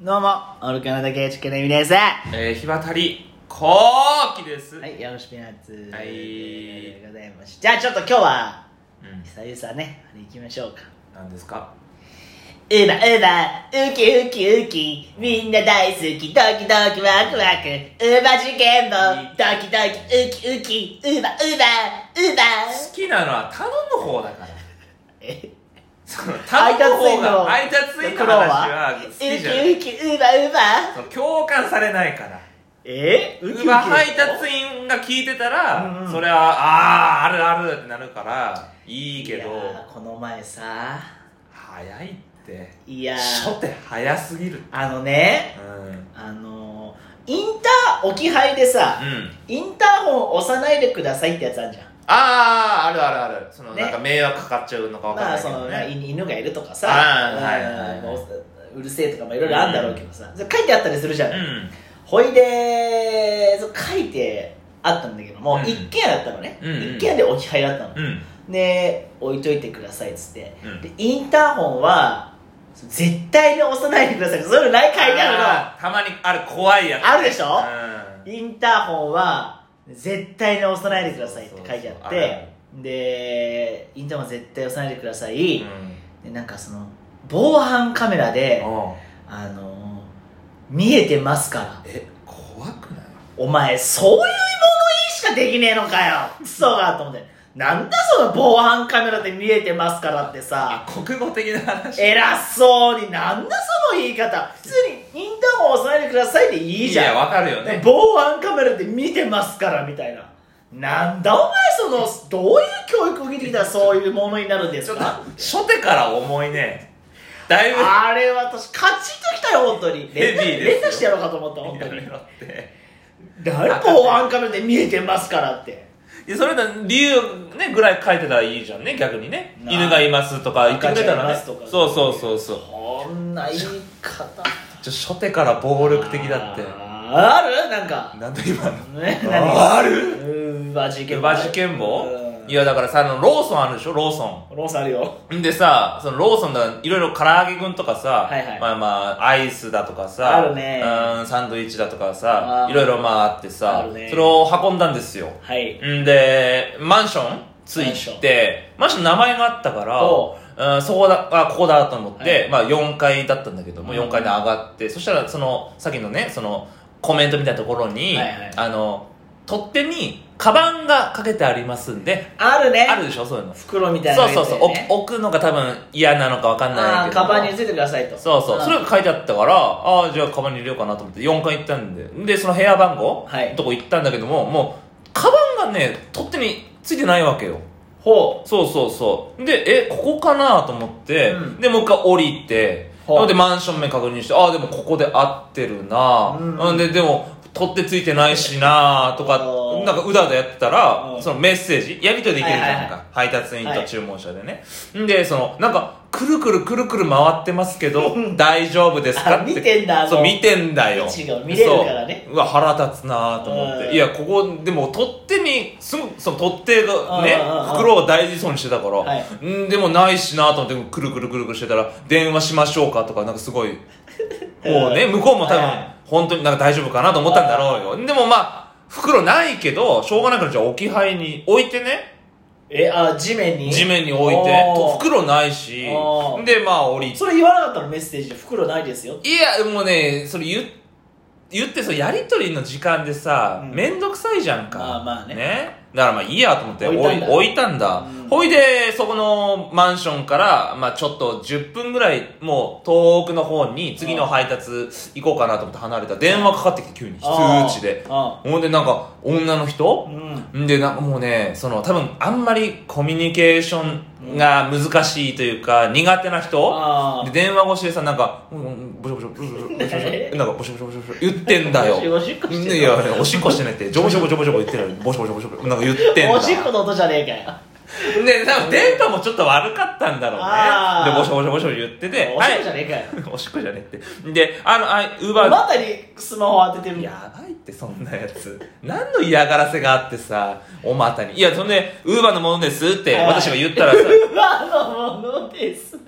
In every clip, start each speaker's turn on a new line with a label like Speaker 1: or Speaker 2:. Speaker 1: どうも、オルカナだけチケネミです。は
Speaker 2: えー、日渡り後期です、
Speaker 1: い、よろしくピーナッツ。
Speaker 2: はい
Speaker 1: でございます。じゃあちょっと今日は、
Speaker 2: う
Speaker 1: 久々ね、あれ行きましょうか。
Speaker 2: ん、なんですか
Speaker 1: うばうば、ウキウキウキ、みんな大好き、ドキドキワクワク、うば事件簿、ドキドキウキウキ、うばうば、うば。
Speaker 2: 好きなのは頼む方だから
Speaker 1: え
Speaker 2: その頼む方が配達員の話は好
Speaker 1: ウ
Speaker 2: き
Speaker 1: キ
Speaker 2: じゃない
Speaker 1: ウキ、うばうば。
Speaker 2: その共感されないから
Speaker 1: え
Speaker 2: ウ
Speaker 1: ウキウ
Speaker 2: ー
Speaker 1: キ
Speaker 2: バー配達員が聞いてたら、
Speaker 1: うん
Speaker 2: それはああーあるあるってなるからいいけど
Speaker 1: いやーこの前さ、
Speaker 2: 早いって
Speaker 1: いやー
Speaker 2: 初手早すぎる
Speaker 1: あのね、
Speaker 2: うんうん
Speaker 1: あのー、インター置き配でさ、インターホン押さないでくださいってやつあるじゃん。
Speaker 2: あああるあるあるその、
Speaker 1: ね
Speaker 2: なんか迷惑かかっちゃうのかわかん
Speaker 1: ま
Speaker 2: な
Speaker 1: あ、
Speaker 2: いけ
Speaker 1: その
Speaker 2: ど、
Speaker 1: な
Speaker 2: ね
Speaker 1: い犬がいるとかさ、
Speaker 2: あー
Speaker 1: うん
Speaker 2: はいはいはい
Speaker 1: もううるせえとかもいろいろあるんだろうけどさ、それ書いてあったりするじゃん。
Speaker 2: うん
Speaker 1: ほいで、そう書いてあったんだけども
Speaker 2: う、ん
Speaker 1: 一軒家だったのね。
Speaker 2: うんうん
Speaker 1: 一軒家で置き配だったの。
Speaker 2: うん
Speaker 1: で、置いといてくださいっつって。
Speaker 2: うん
Speaker 1: で、インターホンは、絶対に押さないでください。そういうのない書いてあるの。
Speaker 2: あーたまにある怖いやつ
Speaker 1: あるでしょ
Speaker 2: うん
Speaker 1: インターホンは絶対に押さないでくださいって書いてあっ
Speaker 2: そうそうそう
Speaker 1: てでインターホンは絶対押さないでください、
Speaker 2: う
Speaker 1: でなんかその防犯カメラで
Speaker 2: んうん
Speaker 1: あの見えてますから
Speaker 2: え怖くない
Speaker 1: お前そういう物言いしかできねえのかよクソがと思ってなんだその防犯カメラで見えてますからってさ
Speaker 2: あ国語的な話
Speaker 1: 偉そうになんだその言い方普通にインターホン押さないでくださいでいいじゃん
Speaker 2: いやわかるよ
Speaker 1: で
Speaker 2: ね
Speaker 1: 防犯カメラで見てますからみたいななんだお前そのどういう教育を受けてきたらそういうものになるんで
Speaker 2: ち
Speaker 1: す
Speaker 2: ょっと
Speaker 1: か
Speaker 2: 初手から重いねだいぶ
Speaker 1: あれ私カチンときたよ本当 に
Speaker 2: ヘビーですよ
Speaker 1: 連打してやろうかと思った本当
Speaker 2: やめ
Speaker 1: に
Speaker 2: ろって
Speaker 1: 誰防犯カメラで見えてますからって
Speaker 2: いやそれだ理由ねぐらい書いてたらいいじゃんね逆にね
Speaker 1: なあ
Speaker 2: 犬がいますとか言ってくれたら
Speaker 1: 赤ちゃ
Speaker 2: ね
Speaker 1: んいますとか
Speaker 2: そうそうそうそう
Speaker 1: こんな言い方
Speaker 2: ちょ初手から暴力的だって
Speaker 1: あるなんか
Speaker 2: なんだ今の
Speaker 1: ね
Speaker 2: ある
Speaker 1: うーバ事件
Speaker 2: 馬事件簿
Speaker 1: うん
Speaker 2: いやだからさあのローソンあるでしょローソン
Speaker 1: ロースあるよ
Speaker 2: んでさ、そのローソンだいろいろ唐揚げくんとかさ、
Speaker 1: はいはい
Speaker 2: まあまあ、アイスだとかさ、
Speaker 1: あるね
Speaker 2: うん、サンドイッチだとかさ
Speaker 1: あ、ー
Speaker 2: いろいろまああって
Speaker 1: あ
Speaker 2: さ
Speaker 1: る、ね
Speaker 2: それを運んだんですよ。
Speaker 1: はい
Speaker 2: んで、マンションついて、マンションの名前があった
Speaker 1: お
Speaker 2: から、うん、そこだ、あ、ここだと思って、
Speaker 1: はい
Speaker 2: まあ4階だったんだけども、
Speaker 1: うん
Speaker 2: 4階で上がって、そしたらその、さっきのね、その、コメントみたいなところに、
Speaker 1: はいはい
Speaker 2: あの、取っ手に、カバンがかけてありますんで、
Speaker 1: あるね
Speaker 2: あるでしょそういうの。
Speaker 1: 袋みたいな
Speaker 2: そ
Speaker 1: の入
Speaker 2: うそう
Speaker 1: れて
Speaker 2: そ
Speaker 1: ね
Speaker 2: う、お置くのが多分嫌なのかわかんな
Speaker 1: あー
Speaker 2: いけど
Speaker 1: カバンについてくださいと
Speaker 2: そうそう、
Speaker 1: ん
Speaker 2: それが書いてあったからああじゃあカバンに入れようかなと思って4回行ったんででその部屋番号、
Speaker 1: はい
Speaker 2: とこ行ったんだけどももうカバンがね取っ手についてないわけよ
Speaker 1: ほ
Speaker 2: そうそうそうでえここかなと思って、
Speaker 1: うん
Speaker 2: でもう一回降りて
Speaker 1: ほう
Speaker 2: でマンション名確認してああでもここで合ってるな、
Speaker 1: うん
Speaker 2: うん、ででも取っ手ついてないしなとか
Speaker 1: おー
Speaker 2: なんかうだうだやってたら、
Speaker 1: うん
Speaker 2: そのメッセージやり取りできるじゃんか、
Speaker 1: はいはい
Speaker 2: 配達員と注文者でね、んでそのなんかくるくるくるくる回ってますけど大丈夫ですか
Speaker 1: あ
Speaker 2: って
Speaker 1: 見てんだあの
Speaker 2: そう見てんだよ
Speaker 1: 位置が見れるからね
Speaker 2: そううわ腹立つなと思っ
Speaker 1: う
Speaker 2: て
Speaker 1: ん
Speaker 2: いやここでも取っ手にすぐその取っ手がね
Speaker 1: うんうんうん
Speaker 2: 袋を大事そうにしてたから、
Speaker 1: はい
Speaker 2: うんでもないしなと思ってくるくるくるくるしてたら電話しましょうかとかなんかすごいもうね向こうも多
Speaker 1: はいは
Speaker 2: 分
Speaker 1: い
Speaker 2: 本当になんか大丈夫かなと思ったんだろうよでもまあ袋ないけどしょうがないからじゃあ置き配に置いてね
Speaker 1: うえあ地面に
Speaker 2: 地面に置いて
Speaker 1: おー
Speaker 2: 袋ないし
Speaker 1: おー
Speaker 2: でまあ降りて
Speaker 1: それ言わなかったのメッセージで袋ないですよ
Speaker 2: いやもうねそれ言っ言ってそのやり取りの時間でさ
Speaker 1: うん
Speaker 2: 面倒、くさいじゃんか
Speaker 1: まあまあね
Speaker 2: だからまあいいやと思って
Speaker 1: 置
Speaker 2: 置
Speaker 1: い
Speaker 2: い
Speaker 1: たんだ
Speaker 2: 置いたんだ、
Speaker 1: うん
Speaker 2: ほいでそこのマンションから、まあ、ちょっと10分ぐらいもう遠くの方に次の配達行こうかなと思って離れた電話かかってきて急に通知で
Speaker 1: あ
Speaker 2: ほんでなんか女の
Speaker 1: あう
Speaker 2: 人
Speaker 1: ん
Speaker 2: んでなんかもうねその多分あんまりコミュニケーションが難しいというか苦手な人、
Speaker 1: あ
Speaker 2: で電話越しでさなんか「うんうんボショボショボショボショボショボショ
Speaker 1: え
Speaker 2: なんかボショボショボショ言ってんだよ
Speaker 1: おしおしっこしてんの
Speaker 2: いやいやおしっこしてないってジョボジョボジョボジョボ言ってるボショボショボショボショなんか言ってんだ
Speaker 1: おしっこの音じゃねえかよ
Speaker 2: で多分電波もちょっと悪かったんだろ
Speaker 1: あー
Speaker 2: うねでボショボショボショ言ってて
Speaker 1: おしっこじゃ
Speaker 2: はい
Speaker 1: ねえかよ
Speaker 2: おしっこじゃねえってであのあウー
Speaker 1: ま
Speaker 2: バ
Speaker 1: だにスマホ当てて
Speaker 2: ー
Speaker 1: る
Speaker 2: やばいってそんなやつ何の嫌がらせがあってさ お股にいやそんでウーバーのものですって私が言ったらさ
Speaker 1: 今のものですそう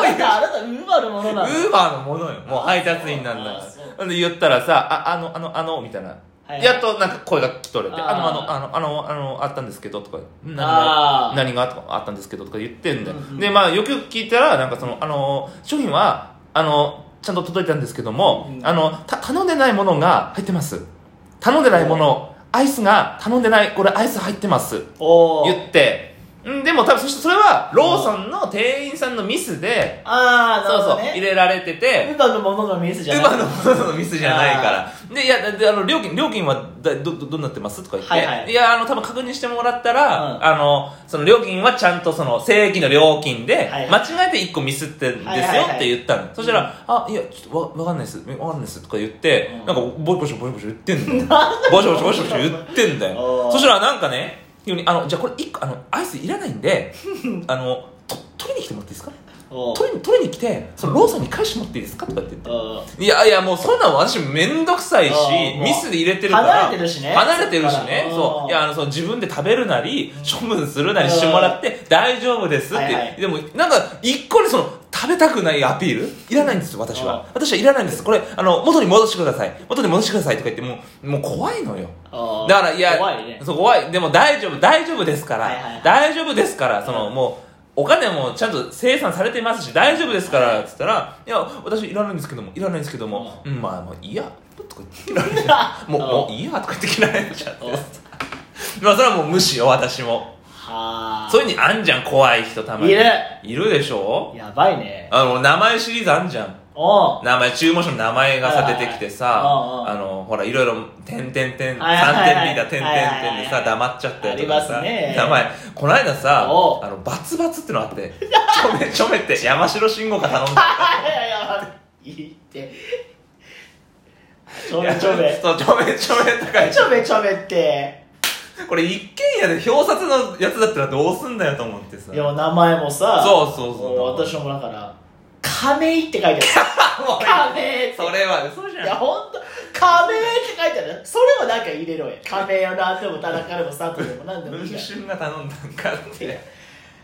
Speaker 1: あなた、あなた、ウーバーのものなの。
Speaker 2: ウーバーのものよ。もう配達員なんだ
Speaker 1: あ
Speaker 2: か
Speaker 1: そう
Speaker 2: ら。ほんで言ったらさ、あ、あの、あの、あの、みたいな。
Speaker 1: はい
Speaker 2: やっとなんか声が聞き取れて、
Speaker 1: あー
Speaker 2: あの、あの、あの、あの、あの、あったんですけど、とか、何
Speaker 1: あ
Speaker 2: が
Speaker 1: ー、
Speaker 2: 何がとか、あったんですけど、とか言ってんだよ
Speaker 1: うんうん。
Speaker 2: で、まあ、よくよく聞いたら、なんかその、あの、商品は、あの、ちゃんと届いたんですけども
Speaker 1: う、ん
Speaker 2: あの、た頼んでないものが入ってます。頼んでないもの、アイスが頼んでない、これアイス入ってます。
Speaker 1: おー
Speaker 2: 言って、うん、でも多分、そしてそれは、ローソンの店員さんのミスで、
Speaker 1: あー、なる
Speaker 2: そう
Speaker 1: ほ
Speaker 2: そ
Speaker 1: ど
Speaker 2: う、
Speaker 1: ね。
Speaker 2: 入れられて
Speaker 1: ウ
Speaker 2: て、
Speaker 1: ーバーのもののミスじ
Speaker 2: ウ
Speaker 1: ゃ
Speaker 2: ー
Speaker 1: な
Speaker 2: バ
Speaker 1: い。
Speaker 2: ーのもののミスじゃないから。で、いや、で、あの、料金、料金はだど、ど、どうなってますとか言って、
Speaker 1: はいはい
Speaker 2: や、あの、多分確認してもらったら、
Speaker 1: うん
Speaker 2: あの、その料金はちゃんとその、正規の料金で、
Speaker 1: いはい
Speaker 2: 間違えて1個ミスってんですよ
Speaker 1: はいはいはい
Speaker 2: って言ったの。そしたら、あ、いや、ちょっとわ、わかんないです、わかんないですとか言って、
Speaker 1: うん
Speaker 2: なんか、ボシボシボシボシ言ってんだよ。ボシボシボシボシ言ってんだ
Speaker 1: お
Speaker 2: よ
Speaker 1: ー。
Speaker 2: そしたらなんかね、急に、あの、じゃあこれ1個、あの、アイスいらない んで、あの、と取りに来てもらっていいですか
Speaker 1: おー
Speaker 2: 取りに取りに来てそのローソンに返してもらっていいですかとかって言って
Speaker 1: おー
Speaker 2: いやいやもうそんなん私めんどくさいし
Speaker 1: ああもう
Speaker 2: ミスで入れてるから
Speaker 1: 離れてるしね
Speaker 2: 離れてるしね
Speaker 1: そっからあ
Speaker 2: そ
Speaker 1: あ
Speaker 2: ういやあのそう自分で食べるなり処分するなりしてもらって大丈夫ですって、
Speaker 1: はいはい
Speaker 2: でもなんか一個にその食べたくないアピールいらないんですよ私
Speaker 1: あ
Speaker 2: は私はいらないんですこれあの元に戻してください元に戻してくださいとか言ってもうもう怖いのよ
Speaker 1: おー
Speaker 2: だからいや
Speaker 1: 怖いね。
Speaker 2: そう怖いでも大丈夫大丈夫ですから、
Speaker 1: はいはいはい
Speaker 2: 大丈夫ですからその、
Speaker 1: うん
Speaker 2: もうお金もちゃんと生産されてますし大丈夫ですから、っつったら「いや私いらないんですけどもいらないんですけども、うん、まあもういいや」とか言って嫌い もうもういいや」とか言って嫌いになっちゃって
Speaker 1: おは
Speaker 2: まあそれはもう無視よ私も
Speaker 1: あ。
Speaker 2: そういうふうにあんじゃん怖い人たまに
Speaker 1: いる
Speaker 2: いるでしょ
Speaker 1: やばいね。
Speaker 2: あの名前シリーズあんじゃん
Speaker 1: おー
Speaker 2: 名前注文書の名前が
Speaker 1: は
Speaker 2: さ
Speaker 1: いはい
Speaker 2: 出てきてさ
Speaker 1: うんうん
Speaker 2: あのほらいろいろ「点々点」「3
Speaker 1: はいはい
Speaker 2: 点リー
Speaker 1: はい
Speaker 2: ダー」「点々点」で
Speaker 1: はいはい
Speaker 2: さ
Speaker 1: はい
Speaker 2: 黙っちゃったりとかさ
Speaker 1: ありますね
Speaker 2: 名前この間さ
Speaker 1: おう
Speaker 2: あのバツバツってのあってちょめちょめって山城慎吾が頼んだ
Speaker 1: いやいやいや、いいって。ちょめちょ
Speaker 2: いや
Speaker 1: め。
Speaker 2: そうちょめちょめとか
Speaker 1: ちょめちょめって。
Speaker 2: これ一軒家で表札のやつだったらどうすんだよと思ってさ
Speaker 1: いや、名前もさ。
Speaker 2: そうそうそう
Speaker 1: も私もだから、亀井って書いてある。亀井
Speaker 2: それは嘘じ
Speaker 1: いや、
Speaker 2: ゃん
Speaker 1: ほんと、亀井って書いてある。それもなんか入れろや。亀井よな、でも田中でも佐藤でもなんでもいい
Speaker 2: 文
Speaker 1: や。
Speaker 2: 春が頼んだんかって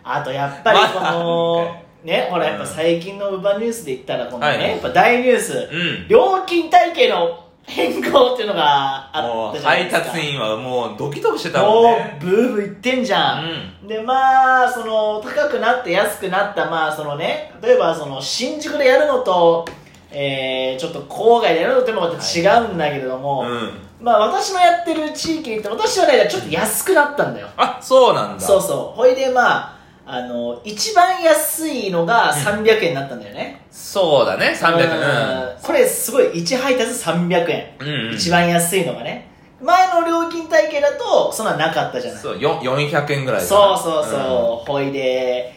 Speaker 1: あとやっぱりこ
Speaker 2: ま
Speaker 1: の
Speaker 2: あ、
Speaker 1: ね、ほらやっぱ最近のウバニュースで言ったら、このね、
Speaker 2: はいはい
Speaker 1: やっぱ大ニュース、
Speaker 2: ん
Speaker 1: 料金体系の変更っていうのがあ
Speaker 2: も
Speaker 1: っ
Speaker 2: う
Speaker 1: たじゃない
Speaker 2: 配
Speaker 1: ですか。
Speaker 2: 達員はもうドキドキしてたもん
Speaker 1: も
Speaker 2: ね
Speaker 1: うブーブー言ってんじゃん、でまあその高くなって安くなったまあそのね例えばその新宿でやるのと、えー、ちょっと郊外でやるのとでもまた違うんだけれども、
Speaker 2: うん
Speaker 1: まあ私のやってる地域に行って私はねちょっと安くなったんだよ、
Speaker 2: あそうなんだ
Speaker 1: そうそうほいでまああの一番安いのが300円になったんだよね、
Speaker 2: そうだね300
Speaker 1: うんこれすごい1配達300円
Speaker 2: うん、うんうん、
Speaker 1: 一番安いのがね前の料金体系だとそんななかったじゃない
Speaker 2: そうよ400円ぐらいだ
Speaker 1: そうそうそう、ほいで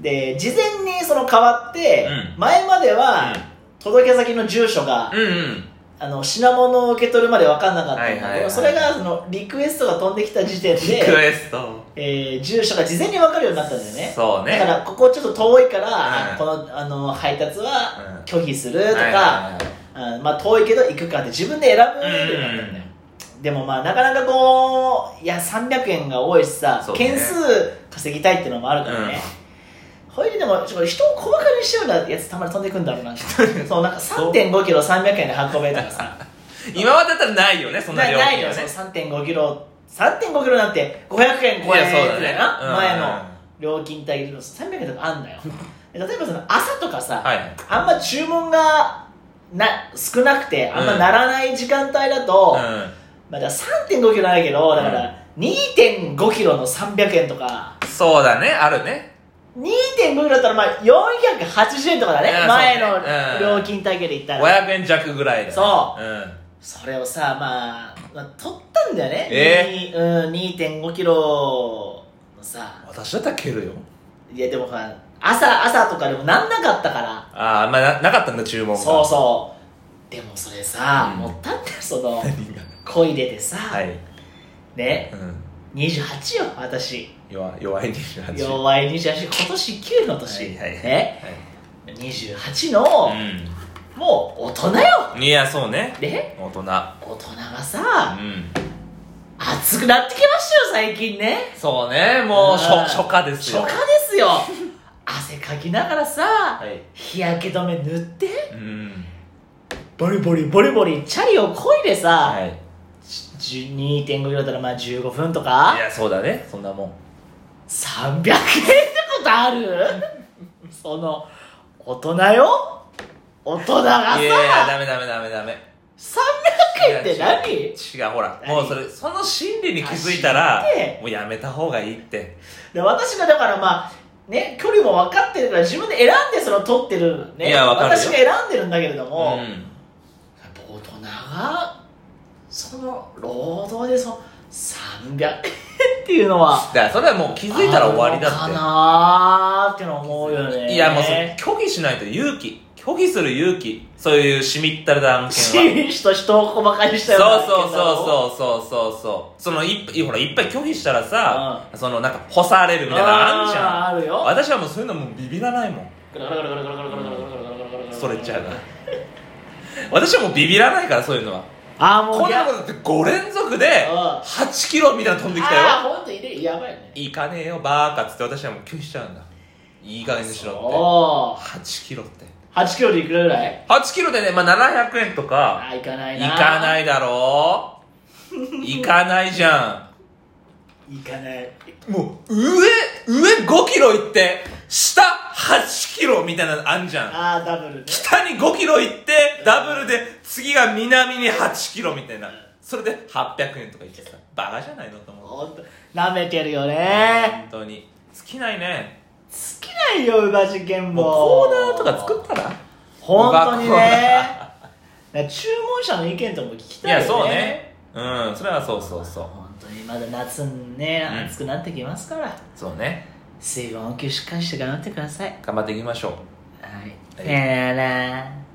Speaker 1: で事前にその変わって、
Speaker 2: う
Speaker 1: 前までは、
Speaker 2: うん
Speaker 1: 届け先の住所が、
Speaker 2: うんうん
Speaker 1: あの品物を受け取るまで分かんなかったんだけど、
Speaker 2: はいはいはい
Speaker 1: それがそのリクエストが飛んできた時点
Speaker 2: リク
Speaker 1: で、
Speaker 2: エスト
Speaker 1: えー住所が事前に分かるようになったんだよね
Speaker 2: そうね
Speaker 1: だからここちょっと遠いから、
Speaker 2: うん
Speaker 1: このあの配達
Speaker 2: う
Speaker 1: は
Speaker 2: ん
Speaker 1: 拒否するとか、
Speaker 2: はいはいはい
Speaker 1: あまあ遠いけど行くかって自分で選ぶようになったんだよ、でもまあなかなかこういや300円が多いしさ、
Speaker 2: そうね
Speaker 1: 件数稼ぎたいっていうのもあるからね、ほいででもちょっと人を小馬鹿にしてるようなやつたまに飛んでくんだろう なそうなんか3 5キロ3 0 0円で運べとかさ
Speaker 2: 今までだったらないよねそんな
Speaker 1: な
Speaker 2: 料
Speaker 1: ない
Speaker 2: 金
Speaker 1: よ
Speaker 2: はね
Speaker 1: 3 5キロ3 5キロなんて500円超え
Speaker 2: いやそうだね
Speaker 1: みたいな、
Speaker 2: うん
Speaker 1: 前の料金帯の300円とかあんだ よ例えばその朝とかさ、
Speaker 2: はい
Speaker 1: あんま注文がな少なくてあんまならない時間帯だと、まあ、だ3 5キロないけどだから2 5キロの300円とか
Speaker 2: うん、そうだねあるね
Speaker 1: 2 5キロだったらまあ480円とかだね
Speaker 2: うん
Speaker 1: 前
Speaker 2: そうね
Speaker 1: の
Speaker 2: うん
Speaker 1: 料金体系で言ったら
Speaker 2: 500円弱ぐらいだ、ね、、
Speaker 1: そう
Speaker 2: ん、
Speaker 1: それをさ、まあ、まあ取ったんだよね、
Speaker 2: え
Speaker 1: うん、2 5キロのさ
Speaker 2: 私だったら蹴るよ
Speaker 1: いやでもほら朝朝とかでもなんなかったから
Speaker 2: ああまあななかったんだ注文が
Speaker 1: そうそうでもそれさ、
Speaker 2: うん
Speaker 1: もったんだよその
Speaker 2: 何が
Speaker 1: 恋出てさ、
Speaker 2: はい、
Speaker 1: ね
Speaker 2: うん、
Speaker 1: 28よ私
Speaker 2: 弱弱い28
Speaker 1: 弱い28今年9の年、
Speaker 2: はいはい
Speaker 1: ね28の、もう大人よ
Speaker 2: うん、いやそうね
Speaker 1: ね
Speaker 2: 大人
Speaker 1: 大人が
Speaker 2: う
Speaker 1: さ
Speaker 2: ん
Speaker 1: 熱くなってきましたよ最近ね
Speaker 2: そうねもう
Speaker 1: うん
Speaker 2: 初初夏で
Speaker 1: 初
Speaker 2: すよ
Speaker 1: 夏ですよ汗かきながらさ
Speaker 2: はい
Speaker 1: 日焼け止め塗って
Speaker 2: うん
Speaker 1: ボリボリボリボリチャリをこいでさ、
Speaker 2: はい
Speaker 1: じ2 5キロだったらまあ15分と
Speaker 2: い
Speaker 1: か
Speaker 2: やそうだねそんなもん
Speaker 1: 300円ってことある その大人よ大人がさ
Speaker 2: いやいやダメダメダメダメ
Speaker 1: 300円って何
Speaker 2: 違う違うほら
Speaker 1: 何
Speaker 2: もうそれその心理に気づいたら
Speaker 1: あ知って
Speaker 2: もうやめた方がいいって
Speaker 1: で私がだからまあね距離も分かってるから自分で選んでその取ってるね
Speaker 2: いや分かるよ
Speaker 1: 私が選んでるんだけれど
Speaker 2: う
Speaker 1: も、やっ
Speaker 2: ん
Speaker 1: ぱ大人がその労働でその300円っていうのは
Speaker 2: だからそれはもう気づいたら終わりだ
Speaker 1: あ
Speaker 2: っ
Speaker 1: るの
Speaker 2: て
Speaker 1: かなーっての思うよね
Speaker 2: いやもうそれ拒否しないと勇気拒否する勇気そういうしみったれた案件は
Speaker 1: 紳士と人を細かにした
Speaker 2: そう
Speaker 1: よな
Speaker 2: そうそうそうそうそうそうそのいっぱいほらいっぱい拒否したらさそのなんか干されるみたいなのあんじゃん
Speaker 1: あーあるよ
Speaker 2: 私はもうそういうのもうビビらないもんストレッチャーが私はもうビビらないからそういうのは
Speaker 1: あーもう
Speaker 2: こんなことだって5連続で
Speaker 1: うん
Speaker 2: 8キロみたいなの飛んできたよ
Speaker 1: あーほんといるやばいね
Speaker 2: 行かねえよバーカっつって私はもう拒否しちゃうんだいい加減にしろ
Speaker 1: お
Speaker 2: って8キロって
Speaker 1: 8キロでいくらぐらい
Speaker 2: 8キロでね、まあ、700円とか
Speaker 1: あー行かない
Speaker 2: 行
Speaker 1: な
Speaker 2: かないいだろ う行かないじゃ
Speaker 1: 行かない
Speaker 2: んもう上上5キロ行って下8キロみたいなのあんじゃん
Speaker 1: ああダブルね
Speaker 2: 北に5キロ行ってダブルで次が南に8キロみたいなそれで800円とか行ってさバカじゃないのと思う
Speaker 1: ほんとなめてるよね
Speaker 2: 本当に尽きないね
Speaker 1: 好きないよ宇賀事件
Speaker 2: も
Speaker 1: も
Speaker 2: うコーナーとか作ったら
Speaker 1: 本当に
Speaker 2: 宇賀
Speaker 1: ね
Speaker 2: コー
Speaker 1: だから 注文者の意見とも聞き
Speaker 2: い
Speaker 1: たいよ
Speaker 2: や
Speaker 1: ね
Speaker 2: そうねうんそれはそうそうそう
Speaker 1: 本当にまだ夏ね
Speaker 2: うん
Speaker 1: 暑くなってきますから、
Speaker 2: そうね
Speaker 1: 水分補給しっかりして頑張ってください
Speaker 2: 頑張っていきましょう
Speaker 1: はい
Speaker 2: はい
Speaker 1: さよなら